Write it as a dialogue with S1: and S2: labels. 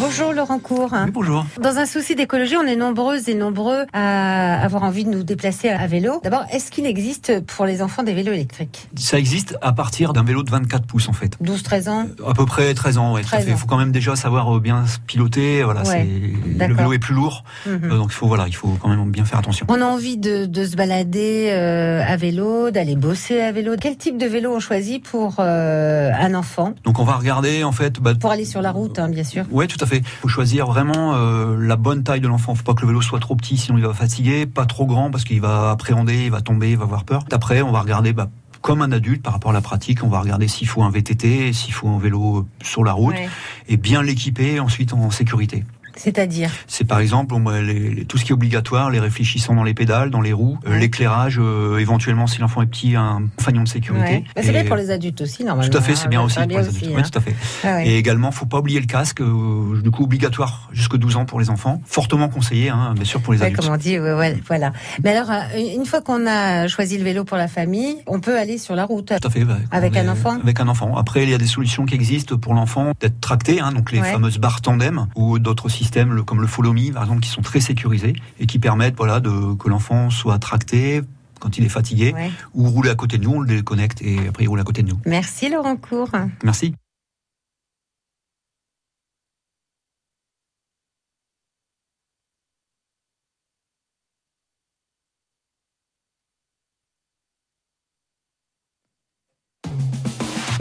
S1: Bonjour Laurent Cour.
S2: Oui, bonjour.
S1: Dans un souci d'écologie, on est nombreuses et nombreux à avoir envie de nous déplacer à vélo. D'abord, est-ce qu'il existe pour les enfants des vélos électriques
S2: Ça existe à partir d'un vélo de 24 pouces en fait.
S1: 12-13 ans
S2: À peu près 13 ans, ouais, tout à
S1: 13
S2: fait.
S1: ans.
S2: Il faut quand même déjà savoir euh, bien se piloter. Voilà,
S1: Ouais,
S2: c'est... Le
S1: d'accord.
S2: vélo est plus lourd,
S1: Mhm.
S2: euh, donc il faut, voilà, il faut quand même bien faire attention.
S1: On a envie de, de se balader euh, à vélo, d'aller bosser à vélo. Quel type de vélo on choisit pour euh, un enfant
S2: Donc on va regarder en fait. bah,
S1: Pour aller sur la route, hein, bien sûr.
S2: Ouais, tout à fait. Faut choisir vraiment euh, la bonne taille de l'enfant. Faut pas que le vélo soit trop petit, sinon il va fatiguer. Pas trop grand parce qu'il va appréhender, il va tomber, il va avoir peur. Après, on va regarder. bah, comme un adulte par rapport à la pratique, on va regarder s'il faut un VTT, s'il faut un vélo sur la route,
S1: Ouais.
S2: et bien l'équiper ensuite en sécurité.
S1: C'est-à-dire
S2: C'est par exemple bon, bah, les- les- tout ce qui est obligatoire, les réfléchissants dans les pédales, dans les roues, euh,
S1: Ouais.
S2: l'éclairage, euh, éventuellement si l'enfant est petit, un compagnon de sécurité.
S1: Ouais. Bah, C'est
S2: Et-
S1: bien pour les adultes aussi, normalement.
S2: Tout à fait,
S1: hein,
S2: c'est bien aussi pour les
S1: aussi,
S2: adultes. Ouais,
S1: hein.
S2: tout à fait.
S1: Ah ouais.
S2: Et également, faut pas oublier le casque, euh, du coup obligatoire jusqu'à 12 ans pour les enfants, fortement conseillé, hein, bien sûr pour les
S1: Ouais,
S2: adultes.
S1: comme on dit, ouais, ouais, voilà. Mais alors, euh, une fois qu'on a choisi le vélo pour la famille, on peut aller sur la route.
S2: Tout à fait. bah,
S1: Avec
S2: on
S1: un enfant
S2: Avec un enfant. Après, il y a des solutions qui existent pour l'enfant d'être tracté, hein, donc les
S1: Ouais.
S2: fameuses barres tandem ou d'autres systèmes le- comme le Follow Me, par exemple, qui sont très sécurisés et qui permettent voilà, de, que l'enfant soit tracté quand il est fatigué
S1: Ouais.
S2: ou rouler à côté de nous, on le déconnecte et après il roule à côté de nous.
S1: Merci Laurent Cour.
S2: Merci.